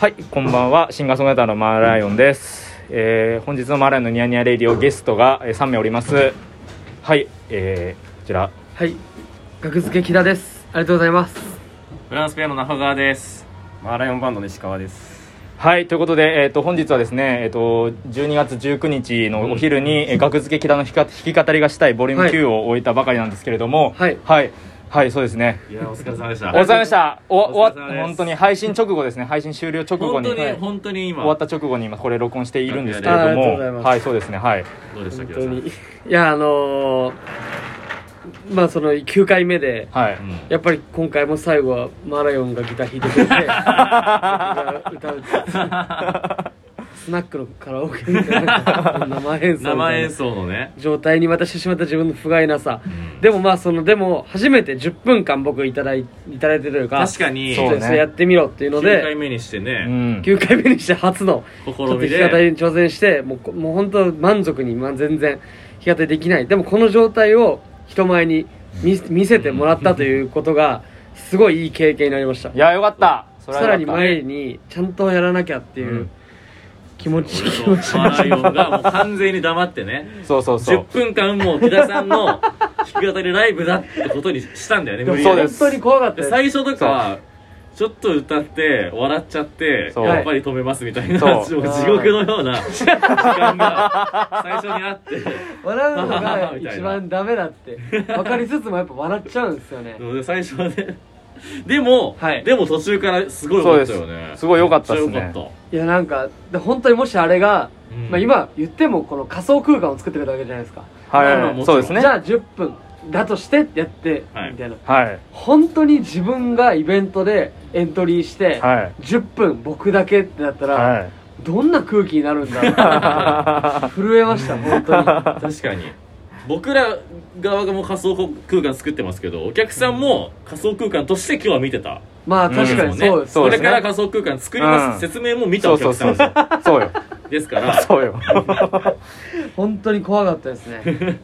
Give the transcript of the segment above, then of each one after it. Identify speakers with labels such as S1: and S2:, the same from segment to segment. S1: はい、こんばんは。シンガーソングライターのマーライオンです。えー、本日のマーライオンのニヤニヤレディオゲストがえー3名おります。はい、えー、こちら。
S2: はい、学付け木田です。ありがとうございます。
S3: フランスペアの中川です。
S4: マーライオンバンドの石川です。
S1: はい、ということで、えっ、と、本日はですね、えっ、と、12月19日のお昼に、えー、学付け北の弾き弾き語りがしたいボリューム
S2: はい
S1: 9を終えたばかりなんですけれども、
S2: はい
S1: はい、はい、そうですね。
S3: いや、お疲れ様でし
S1: お
S3: た。
S1: 疲れ様でした。お、
S3: お疲
S1: 終
S3: れ
S1: わ
S3: 様
S1: っ
S3: です
S1: 本当に配信直後ですね。配信終了直後
S3: 本
S1: に。
S3: 当に、
S1: はい
S3: 本当に今。
S1: 終わった直後に今これ録音しているんですけ
S2: あ
S1: れ
S2: り
S1: ど
S2: がとうござい
S1: も
S2: ます
S1: はいそうですねはい
S3: どうでした
S2: 本
S3: け
S2: 当
S3: ど。う
S2: に。いや、あのーまあその9回目で、
S1: はい、
S3: ん
S2: やっぱり今回も最後はマライオンがギター弾いてく れて、僕が歌うっていうスナックのカラオケみたいな生演奏 み
S3: 生
S2: たい
S3: 演
S2: な
S3: 奏のね。
S2: 状態に渡してしまった自分の不甲斐なさ。でもまあその、でも初めて10分間僕いただいいただいてというか、
S3: 確かに。
S1: そう
S2: そうですねやってみろっていうの
S3: 9回
S2: で、
S3: 目にして
S1: う
S3: ね。
S1: ん、
S2: 9回目にして初の、
S3: 試
S2: ちょっと弾
S3: み
S2: き語
S3: で。
S2: りに挑戦してもうこもう本当満足に、まあ、全然弾き語りできないでもこの状態を人前に見見せてもらったということがすごいいい経験になりました
S1: いやよかったそれは
S2: さ
S1: よからっ
S2: に
S1: た
S2: 前にちゃんとやらなきゃっていううん気持ち、気持
S3: 俺
S2: ち
S3: とマーライオンがもう完全に黙ってね。
S1: そうそうそ
S3: 10
S1: う
S3: 分間もう木田さんの弾き語りライブだってことにしたんだよね。無理や
S1: そう
S3: り
S1: で
S2: 本
S1: す
S2: 当に怖かったで
S3: で
S2: す
S3: 最初とかはちょっと歌って笑っちゃって
S1: そう
S3: やっぱり止めますみたいな
S1: そう
S3: 地獄のような時間が最初にあって
S2: 笑うの
S3: みたい
S2: が
S3: な
S2: 一番ダメだって分かりつつもやっぱ笑っちゃうんですよね
S3: で最初はねでも、
S2: はい
S3: でも途中からすごい
S1: そう
S3: 思
S1: で
S3: ったよね
S1: すすごい良かったです
S3: めちゃ良
S1: ね
S3: かっ
S2: いやなんかで本当にもしあれが、
S3: たうん
S2: まあ、今言ってもこの仮想空間を作ってくれたわけじゃないですか
S1: はい、
S3: まあまあ
S1: そうですね
S2: じゃあ10分だとしてやって、
S3: はい
S2: みたいな
S1: はい
S2: 本当に自分がイベントでエントリーして、
S1: はい
S2: 10分僕だけってなったら、
S1: はい
S2: どんな空気になるんだ ろう震えました本当に
S3: 確かに僕ら側がもう仮想空間作ってますけどお客さんも仮想空間として今日は見てた
S2: まあ確かにそうです、
S1: そ
S3: こ
S1: うで
S3: れ
S1: す
S3: か
S1: ね
S3: ら仮想空間作ります、
S1: うん
S3: 説明も見た
S1: そ
S3: お
S1: うそ
S3: 客
S1: う
S3: さ
S1: そうそうそ
S3: ん
S1: うよ
S3: ですから
S1: そうよ
S2: 本当に怖かったですね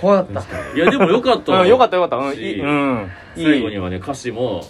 S2: 怖かっ
S3: いやでもよかった
S1: う
S3: わ
S1: ん、よかったよかったうんいい、うん、
S3: 最後に
S1: いい
S3: はね歌詞も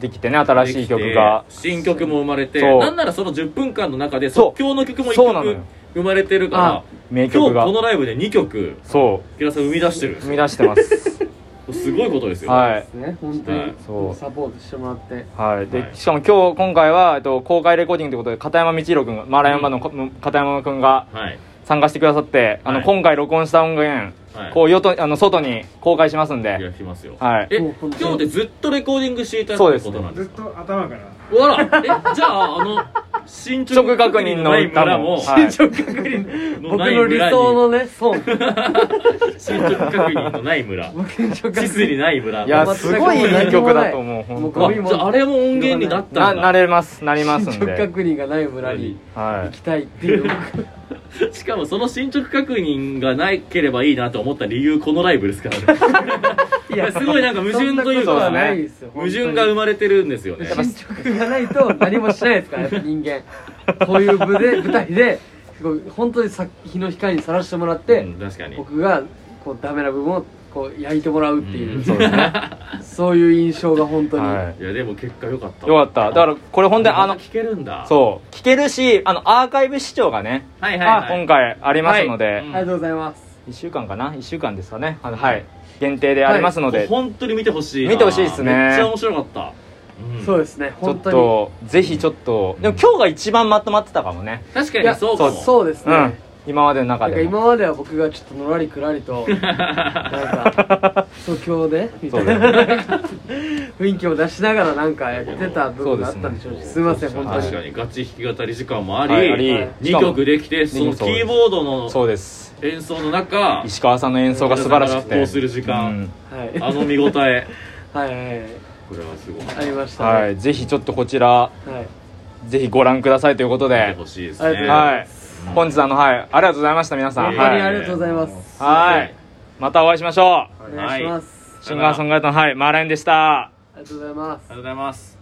S1: できてね新しい曲が
S3: できて新曲も生まれて
S1: そう
S3: なんならその10分間の中で
S1: そう
S3: 即興の曲も1
S1: そうなのよ
S3: 曲生まれてるから
S2: あ
S1: 名
S3: 今
S1: 曲
S3: 日
S1: が
S3: このライブで2曲
S1: そ
S3: 木田さん生み出してる
S1: う生み出してます
S3: すごいことですよ、
S2: た
S1: は
S2: で
S1: い
S2: すね本当
S3: は
S2: に
S3: い
S1: そう
S2: サポートしてもらって
S1: はい、で
S3: はい
S1: しかも今日今回は、えっと、公開レコーディングということで片山道弘君マーライオンバンドのこ片山君が
S3: はい
S1: 参加してくださって、あの
S3: はい
S1: 今回録音した音源、
S3: はい
S1: こうよとあの外に公開しますん
S3: いや
S1: で、
S3: 来ますよ
S1: はい、
S3: え
S2: もう
S3: 今
S2: 本当に
S3: 日でずっとレコーディングしていたって
S1: そうです
S3: ことなんですか
S4: と頭から。
S3: うわらえじゃああの進
S1: 直
S3: 捗
S1: 確
S3: 確
S1: 認
S3: 認
S1: の
S3: のない
S1: 歌
S3: 村
S1: も
S3: も
S1: はい
S2: 進捗確認
S3: の
S2: 僕
S3: ない
S2: の理
S3: 村に
S2: 想のね損
S3: 進捗確認のない 村
S2: 僕の進捗
S3: 地図にない村
S1: いや
S2: 全く
S1: すごいいい曲だと思う
S2: も
S1: 本
S2: う
S1: 当
S2: ゴ
S3: あ
S2: ミ
S3: じ
S2: も
S3: ゃああれも音源になった
S1: なん
S3: だ
S1: なれますなりますん
S2: 進捗
S1: で
S2: 確認がない村に
S1: は
S2: 行
S1: い
S2: きたいっていう
S3: しかもその進捗確認がなければいいなと思った理由このライブで すからね
S2: い
S3: やすごいなんか矛盾とい
S2: そんなこ
S3: うか
S2: とはないですよ
S3: 矛盾が生まれてるんですよね
S2: 進捗がないと何もしないですからやっぱ人間こういう部で舞台ですごい本当にさ日の光にさらしてもらって、
S3: うん確かに
S2: 僕がこうダメな部分をこう焼いてもらうっていう、
S3: うん
S1: そうですね
S2: そういう印象が本当に、
S1: はい
S3: やでも結果良かった
S1: よかっただからこれ本当にあ
S3: あの
S1: の
S3: 聞けるんだ
S1: そう聞けるしあのアーカイブ視聴がね
S3: はいはいはい
S1: 今回ありますので
S3: い
S2: ありがとうございます
S1: 1週間かな1週間ですかねあのはい限定でありますのでち
S3: 本当に見てほしいな
S1: 見てほしいっすね
S3: めっちゃ面白かった、うん
S2: そうですね
S1: ょっ
S2: 本当に
S1: とぜひちょっとでも今日が一番まとまってたかもね
S3: 確か
S2: いや
S3: にそうかも
S2: そうです
S1: う
S2: ね、
S1: ん今までの
S2: な
S1: 中
S2: んか
S1: でも
S2: 今までは僕がちょっとのらりくらりとなんか即興でみたいな雰囲気を出しながらなんかやってた部分があったんでしょうしすいません本当
S3: 確
S2: に
S3: かにガチ弾き語り時間もあり,、
S1: はいありし
S3: 2
S1: かも
S3: 曲できてそのキーボード
S1: そ
S3: の
S1: うです
S3: 演奏の中
S1: 石川さんの演奏が素晴らしくて
S3: こうする時間、
S2: はい
S3: あの見応 え
S2: はいはいはい
S3: これはすごい
S2: ありまし
S1: うん
S2: たね
S1: はいぜひちょっとこちら
S2: はい
S1: ぜひご覧くださいということ
S3: 見て
S1: で
S3: ほしいです
S2: ありがとう
S3: ね
S2: ござい
S1: はい本日あのはいありがとうございました皆さん
S3: いえいえ
S2: 本当に
S1: は
S2: あ
S1: い
S2: りがとうございます
S1: はいまたお会いしましょう
S2: お願いします
S1: シンガーソングライターのはいマーラインでした
S2: ありがとうございます
S3: ありがとうございます